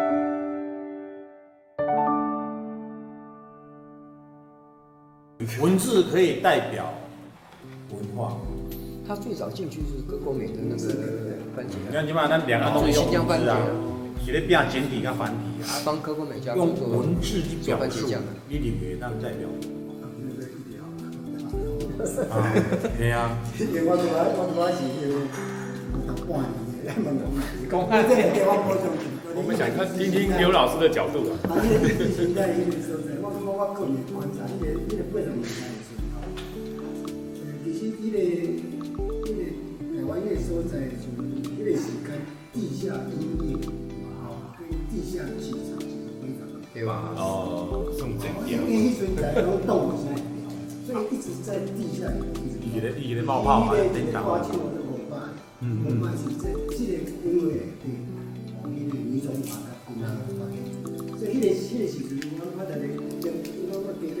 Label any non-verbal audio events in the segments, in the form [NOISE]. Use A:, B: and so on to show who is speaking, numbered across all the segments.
A: [LAUGHS] 文字可以代表文化。
B: 他最早进去是各国美的那个番茄
A: 你，看，起码咱两岸都是用
B: 新疆
A: 文
B: 番
A: 字
B: 茄
A: 啊，写的变简体跟繁体
B: [LAUGHS]
A: 啊，
B: 帮各国美家
A: 用
B: 工作
A: 文字去
B: 做
A: 表
B: 番
A: 述
B: 茄酱。，
A: 你以为那代表？啊，对呀、啊，
C: 因為我拄仔我拄仔是要读半年的，问我是
D: 讲
C: 啊，这个我补充
D: 我们想看听听刘老师的角度啊。
C: 啊，你个疫情在迄个所在，我感觉我个人观察，迄个迄个八十年代的时候，呃其实迄个迄个台湾迄个所在，就迄个时间地下音乐嘛吼，跟地下市场是非常的。
B: 对吧？
D: 哦，宋正
C: 因为迄阵在拢动起来，所以一直在地下一直。顶花酒我都无办，无办是这这个因为红衣的女总把它滚到发现，所以迄个迄个时阵，我我在咧，我我加减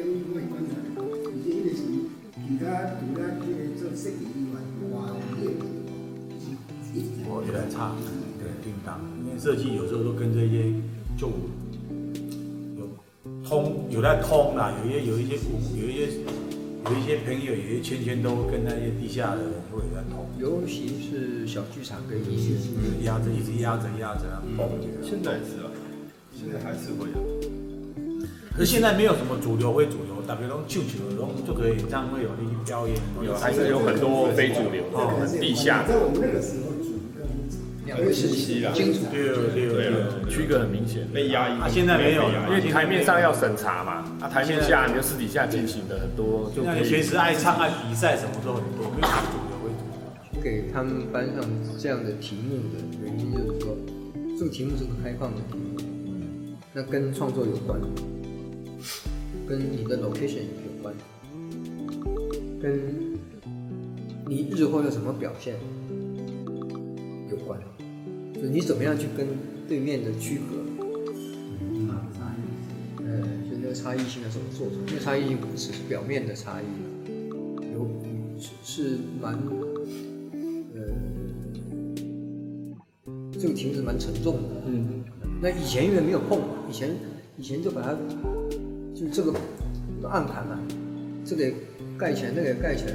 C: 我会观察，而且迄个时，除了除了迄个做设计以外，我也一直在。
A: 我觉得很哦差，对，叮当，因为设计有时候都跟这些就有通有在通啦，有一些有一些舞，有一些有一些朋友，有一些圈圈都跟那些地下的人会有在通，
B: 尤其是小剧场跟音乐，
A: 就是压着一直压着压着，我觉得。
D: 现在也是啊，现在还是会啊。
A: 可是现在没有什么主流非主流，大家都舅舅，然后就可以这样会有那些表演，
D: 有还是有很多非主流的地下
C: 在我们那个时候，主跟
B: 两个是金主，
A: 对对啊
D: 对啊
A: 对
D: 了，区隔很明显，被压抑
A: 啊现在没有了
D: 因为台面上要审查嘛，啊，台面下你就私底下进行的很多就
A: 那
D: 可
A: 你随
D: 以。
A: 时爱唱爱比赛什么都很多，没有什么主流非主流。
B: 给他们班上这样的题目的原因就是说，这个题目是个开放的题目，那跟创作有关，跟你的 location 有关，跟你日后要怎么表现有关，就你怎么样去跟对面的区隔，呃，就那个差异性要怎么做出来？那差异性不只是表面的差异啊，有是是蛮呃，这个题目是蛮沉重的。
D: 嗯，
B: 那以前因为没有碰嘛，以前以前就把它就这个暗盘嘛、这个也盖起来，那个也盖起来。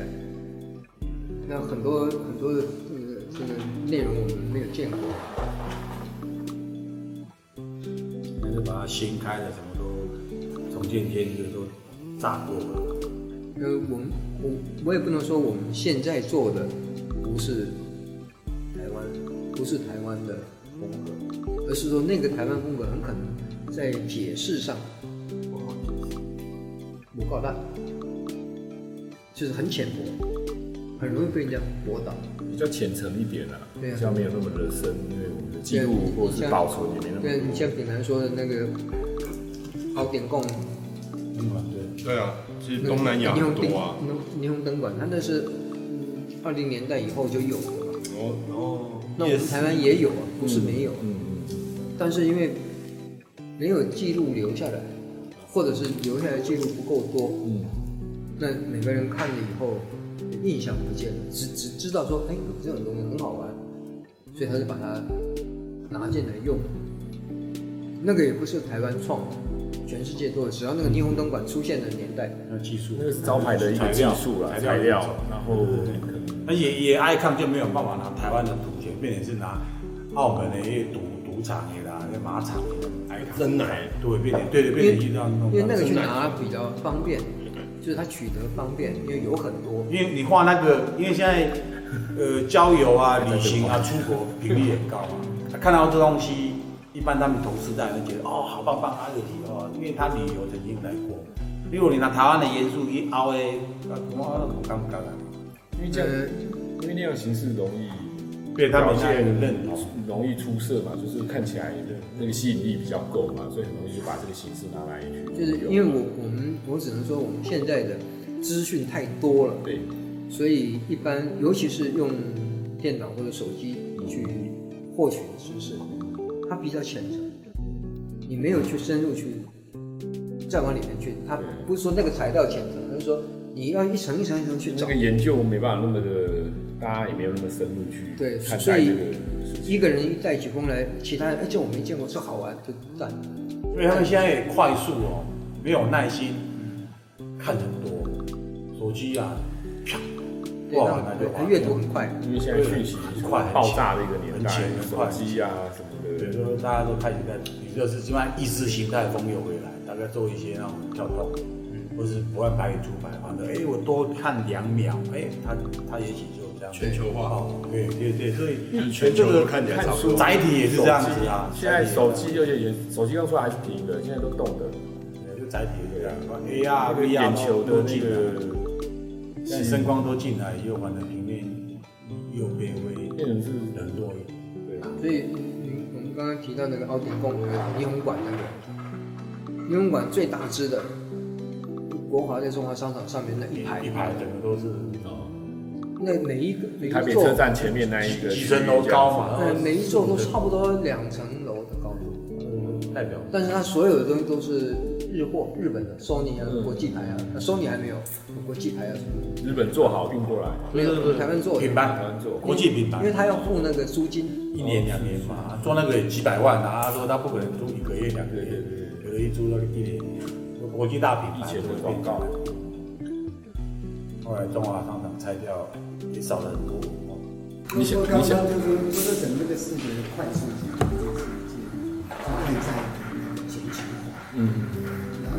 B: 那很多很多的这个这个内容我们没有见过，
A: 但是把它掀开了，什么都重建天就都炸过了。
B: 呃，我们我我也不能说我们现在做的不是台湾，不是台湾的风格，而是说那个台湾风格很可能在解释上不够大，就是很浅薄，很容易被人家驳倒。
D: 比较浅层一点啊，
B: 对啊
D: 比较没有那么的深，因为我们的记录或是保存也没
E: 嗯
D: 那么
B: 对你
D: 多。
B: 像炳南说的那个好点供，
A: 嗯，对，
E: 对啊，其实东南亚
B: 霓虹
E: 很
B: 灯
E: 多啊，，
B: 霓虹灯管，它那是二零年代以后就有了嘛。
E: 然后然后
B: 那我们台湾也有啊，不是没有，
D: 嗯嗯，
B: 但是因为没有记录留下来，或者是留下来记录不够多，
D: 嗯，
B: 那每个人看了以后印象不见了，只只知道说，哎，有这种东西很好玩，所以他就把它拿进来用。那个也不是台湾创的，全世界都有，只要那个霓虹灯管出现的年代，
A: 那技术
D: 那个是招牌的一个技术啦，材料，然后可能
A: 那也也爱看就没有办法拿台湾的赌钱，变成是拿澳门的一些赌赌场也啦，那马场也爱看，
E: 真奶，
A: 对，变成对对变成一张弄
B: 因为嗯那个去
E: 真的
B: 拿比较方便，就是它取得方便，因为有很多。
A: 因为你画那个，因为现在呃郊
E: [LAUGHS]
A: 游啊、旅行啊、出国频率很高嘛，看到这东西，一般他们同事在那觉得哦，好棒棒，阿个题哦，因为他旅游曾经来过。如果你拿台湾的元素一凹诶，啊，我我感觉啊，
D: 因为这样，因为那样形式容易
A: 呃对他
D: 表
A: 们现在
D: 现
A: 认同，
D: 容易出色嘛，就是看起来那个吸引力比较够嘛，所以很容易就把这个形式拿来去
B: 就是
D: 用
B: 因为我我们我只能说我们现在的资讯太多了，
D: 对
B: 所以一般尤其是用电脑或者手机去获取的知识，它比较浅层，你没有去深入去再往里面去，它不是说那个材料浅层，而是说你要一层一层一层去
D: 这
B: 找
D: 个。研究没办法那么的，大家也没有那么深入去
B: 对
D: 看
B: 所
D: 待
B: 以
D: 这个事情。
B: 一个人一带起风来，其他人哎这我没见过，这好玩就赞。
A: 因为他们现在也快速哦，没有耐心看很多，手机啊，啪，
B: 对，
A: 挂
B: 那
A: 完了啊就
B: 个
A: 挂
B: 很
A: 完
B: 阅读很快，
D: 因为现在讯息爆炸的一个年代，手机啊什么
A: 对，
D: 的，
A: 就是大家都开始在，你就是基本上意识形态风又回来，大概做一些那种跳动，
B: 嗯
A: 或是不按牌理出牌，反正哎，我多看两秒，哎，他他也许就这样
E: 全球化
A: 哦，对对对，所以
E: 全球都看起来差不多。
A: 载啊体也是这样子啊。
D: 现在手
A: 载体
D: 机就也手机刚出来还是平的，现在都动的，
A: 也是就载体也是这样，A 哦 R V R
D: 眼球的
A: 都
D: 那
A: 进来，
D: 个
A: 现在声光都进来，以后反正平面右边会
D: 变成是
A: 冷落一点。
D: 对啊，
B: 所以你我们刚刚提到那个奥迪共和霓虹管那个，霓虹管最大只的，国华在中华商场上面那一排
A: 一排整个都是
B: 那每一个每
D: 台
B: 一
D: 北
B: 座
D: 车，站前面那一个
A: 几层楼高嘛，
B: 呃，每一座都差不多两层楼的高度，
A: 代表
B: 但是它所有的东西都是日货，日本的，Sony
A: 嗯
B: 啊，国际牌啊呃，Sony 还没有，国际牌啊什么的，
D: 日本做好运过来，
B: 没有台湾做的
A: 品，牌
D: 台湾做
A: 国际品牌
B: 因为，他要付那个租金，
A: 一年两年嘛，做那个也几百万啊，他说他不可能租一个月两个月
D: 对对对，
A: 有的一租那个一年，国际大品牌
D: 以前的广告。
A: 后来中华商场拆掉，也少了很多。
D: 你想
C: 我刚
D: 你想
C: 刚就是就是整个的视觉快速性这个世界，它内在的全球化。
D: 嗯，
C: 然后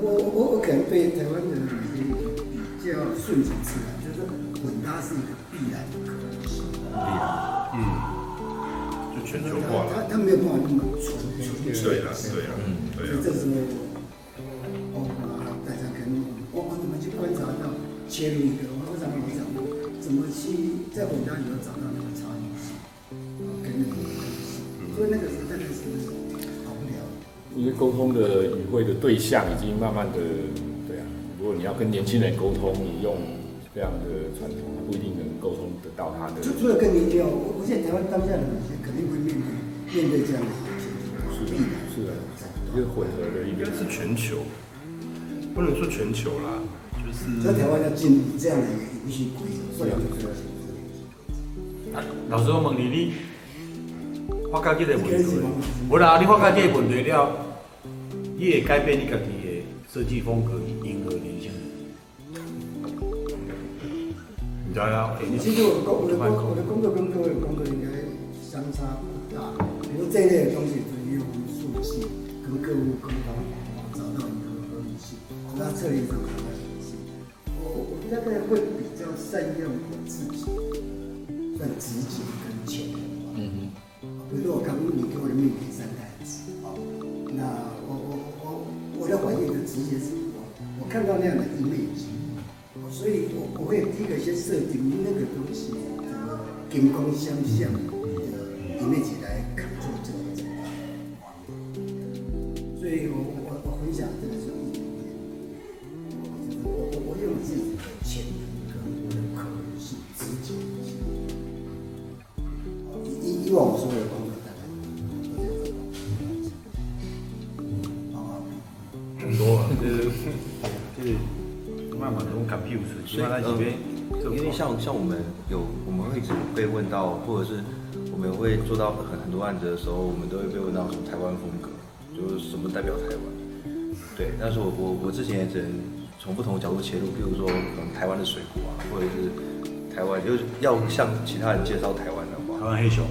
C: 我我我可能对台湾的旅游比较顺其自然，就是说混搭是一个必然的可能性。
E: 就全球化了。
C: 他他没有办法那么纯纯粹，
E: 对了，对了，对
C: 所以
E: 了，
C: 这时候包括大家可能我我怎么去观察到切入一个，我怎么我怎么怎么去在混搭里头找到那个差异性，跟那个关系，所以那个时候真的是好不了。
D: 因为沟通的与会的对象已经慢慢的，对啊，如果你要跟年轻人沟通，你用这样的传统，不一定能沟通得到他的。
C: 除除了跟您聊，我我现在台湾当下的人肯定会面对面对这样的一些
D: 是
C: 必然
D: 是啊，一个混合的一
E: 应
D: 个
E: 该是全球，不能说全球啦，就是
C: 在台湾要进入这样的一个游戏规则，所以就是要
A: 老师，我问你，你发觉这个问题，无啦，你发觉这个问题了，你会改变你家己的设计风格，迎合年轻人。你知道啊？
C: 其实我工我的工我的工作跟各位的工作应该相差不大，比如这一类的东西，就是用数据跟客户沟通，找到一个合理性，那策略上找到合理性。我我大概会比较善用我自己，算直觉跟潜能吧。
D: 嗯
C: 比如说我刚你给我的命题三太子，哦，那我我我我的反应的直觉是我我看到那样的 image，哦所以我我会第一个先设定那个东西怎么金光相向的 image 来看作这个整个，所以我我我我回想这个时候一点点，我我我我用自己的潜能跟我的可能性直觉性。以以往我所有的工作大概都是这种好吧
A: 很多啊，就是就是慢慢从 computer，起
F: 所以
A: 码在这边，
F: 呃因为像像我们有我们会一直被问到，或者是我们会做到很很多案子的时候，我们都会被问到什么台湾风格，就是什么代表台湾。对，但是我我我之前也只能从不同的角度切入，比如说可能台湾的水果啊，或者是台湾，就是要向其他人介绍台湾的话
A: 台，湾黑熊，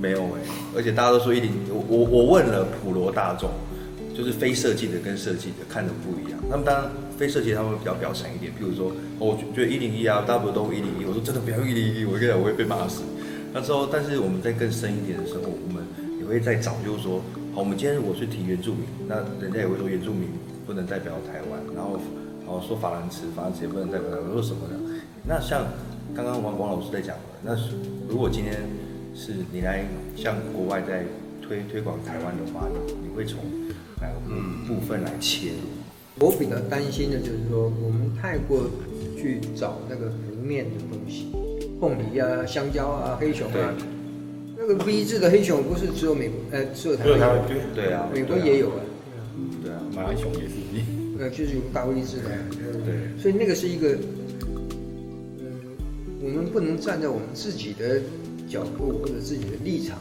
F: 没有哎、而且大家都说一零，我我我问了普罗大众，就是非设计的跟设计的看的不一样。他们当然非设计他们会比较表层一点，譬如说，哦我觉得一零一啊，大部分都一零一，我说真的不要一零一，我跟你讲我会被骂死。那时候，但是我们在更深一点的时候，我们也会在找，就是说，好，我们今天如果去提原住民，那人家也会说原住民不能代表台湾，然后然后说法兰词，法兰词也不能代表台湾，说什么呢？那像刚刚王王老师在讲的，那是如果今天是你来向国外在推推广台湾的话，你会从哪个部部分来切入？
B: 我比较担心的就是说，我们太过去找那个平面的东西，凤梨啊、香蕉啊、黑熊啊，那个 V 字的黑熊不是只有美国，呃，只有台湾有，
F: 对啊，
B: 美国
F: 对啊
B: 也有啊，
F: 对啊，
D: 马来熊也是一
B: 呃，就是有大 V 字的，啊
F: 对，
B: 所以那个是一个，嗯，我们不能站在我们自己的角度或者自己的立场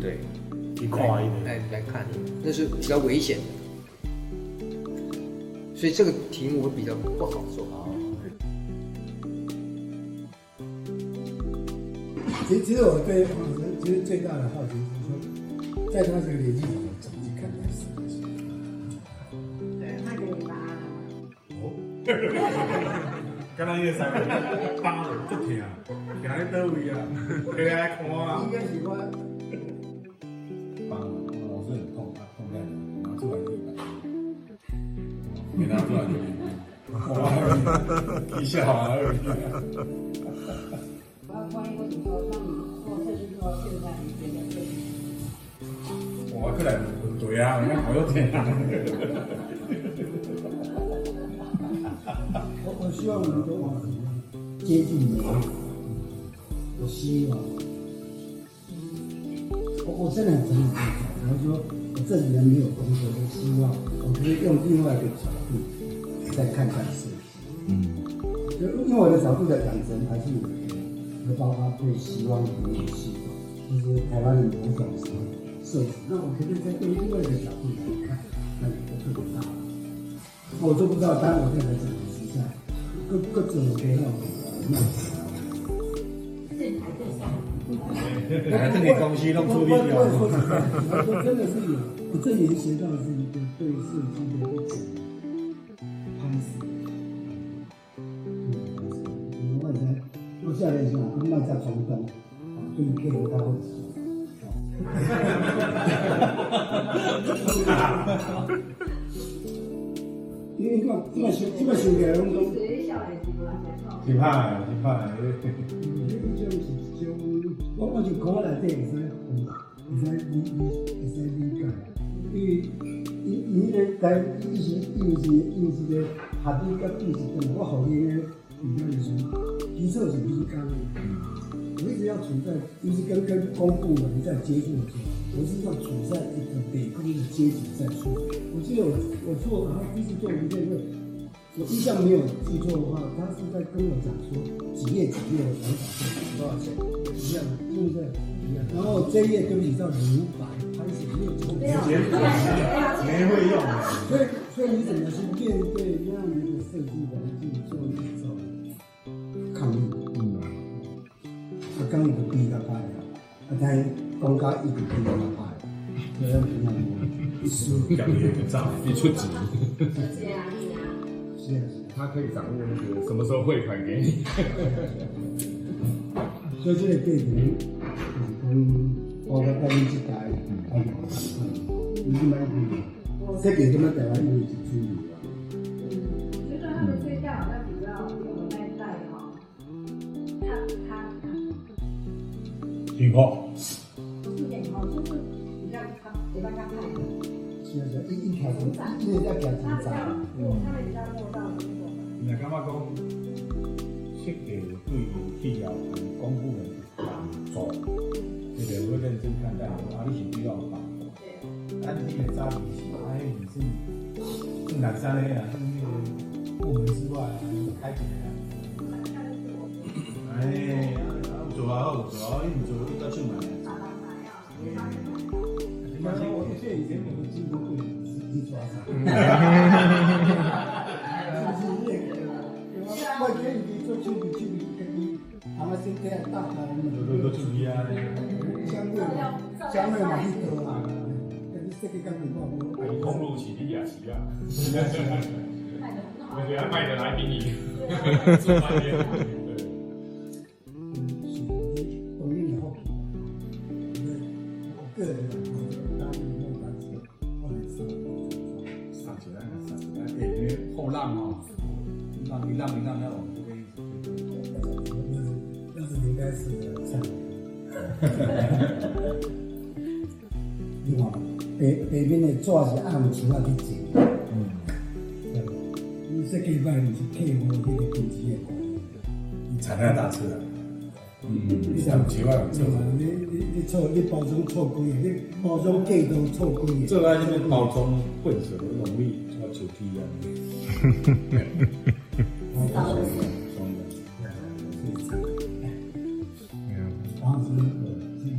F: 对，
A: 一块一点。
B: 来来看，那是比较危险的。所以这个题目会比较不好啊做。
C: 其其实我对黄老师其实最大的好奇是说，在他这个年纪怎么去看待事情？
G: 那给你答案了吗？
E: 敢若迄个三个打落足疼，行去倒位啊？回来看啊
C: 应！该喜欢
H: 帮老师很痛，他痛在哪？拿出来就打，没拿出来就打，一下而已。
G: 我要关于过你说，那你做设计做到现在，你觉得是
H: 我过来对啊，你看我又这样。
C: 我我希望能跟黄老师接近你，我希望。我我真的很诚实地讲，我说我这几年没有工作，我希望我可以用另外一个角度再看看事情。嗯，就因为我的角度的养成还是有的，我包括对西方的那个系统，就是台湾的某种什么设计，那我可以再用另外一个角度来看，那就更大了。我做不到，但我这个怎么实在，各各种给我弄。
G: 这还在想。
D: 反正你东西弄出力
C: 我
D: 了。
C: 我我说真的是有，我这年学到的是一个对设计的一种方式。嗯，我们我下来讲，我们再重登，对配合他会因为我这么想，这么想起来，我
G: 你
C: 讲。
G: 随便笑也是不完全错。
H: 你怕，你怕，
C: 我我就讲内底会使会使理理会使理解，因为伊伊迄个在伊是伊是伊是个学历甲知识等，我后伊个比较就是基础是理解的。我一直要处在，就是跟跟公部门在接触的时候，我是要处在一个北工的阶级在做。我记得我我做，然后第一次做文件会，我印象没有记错的话，他是在跟我讲说几页几页的房产多少钱，一样对不对？一样。然后这一页对不起叫五百，开始没有
G: 不要，不要，不要，
H: 没会用。
C: 所以所以你怎么去面对那样的一个设计环境做一种抗议？嗯，啊，刚有个逼到他呀，啊，他刚刚一个逼到他，所以要平衡我，一输
E: 感觉不照，
D: 你出几？
G: 这样啊，
C: 是啊。
D: 他可以掌握那个什么时候汇款给你。
C: 所以这个对你，嗯，我个带你去打，嗯，你去买股，这个他们台湾有几注意啊？
G: 我觉得他们睡觉好像比较我们那一代哈，哦他他
H: 挺好。
G: 不是脸红，就是比较刚嘴巴刚开，
C: 是啊，是一一条龙，一人在条龙
G: 他比较
C: 上。
G: 他们比较做到那种。
H: 你感觉讲，设计对企业同公部门帮助，这个会认真看待的，啊，你是比较帮助。
G: 对，
H: 咱这个早期是哎，你是正南山的啊，那个部门之外啊，开几个啊？哎，做啊好，做啊，你做到正南。
G: 爸爸妈呀，
C: 你看，我现在以前我们进步会一抓上。我觉得你做进步进步，你他们现在大牌
H: 都都都注意啊！
C: 相对相对蛮多啊。但是这个刚才我
D: 你通路起立啊，起啊！
G: 卖的很
D: [LAUGHS]
G: 好
D: 我。觉得卖的还比你做半天。对
C: 我跟你好评，我个人我当然没有关系，后来是。
H: 上起来，上起来，哎，因为后浪哦，一浪一浪一浪要往这边一直推。
C: 那是应该是像，你看北北面的纸是暗时啊去做，嗯，你这个卖是客户迄个经济的，
H: 产量大吃啊！嗯，
C: 你
H: 你
C: 想
H: 想几万
C: 你嘛你你你错你包装错几个，你包装计都错几个，
H: 这个就是包装混合容易抓球踢啊，
G: 早的是
H: 装的。
C: 黄子是不是？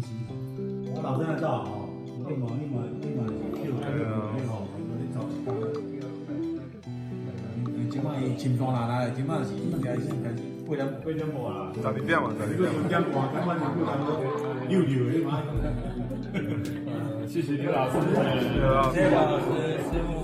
A: 我老真的到哦，立马立马立马就那个那个，我们走。深山啦啦，即马是开始开始八点八点半啦。
I: 十二点嘛，十
A: 你
I: 二
A: 个
I: 点
A: 九
I: 嘛。
A: 点半，今晚就过来溜溜的嘛。谢谢刘老师，
I: 对啊
A: 谢谢老师，师傅。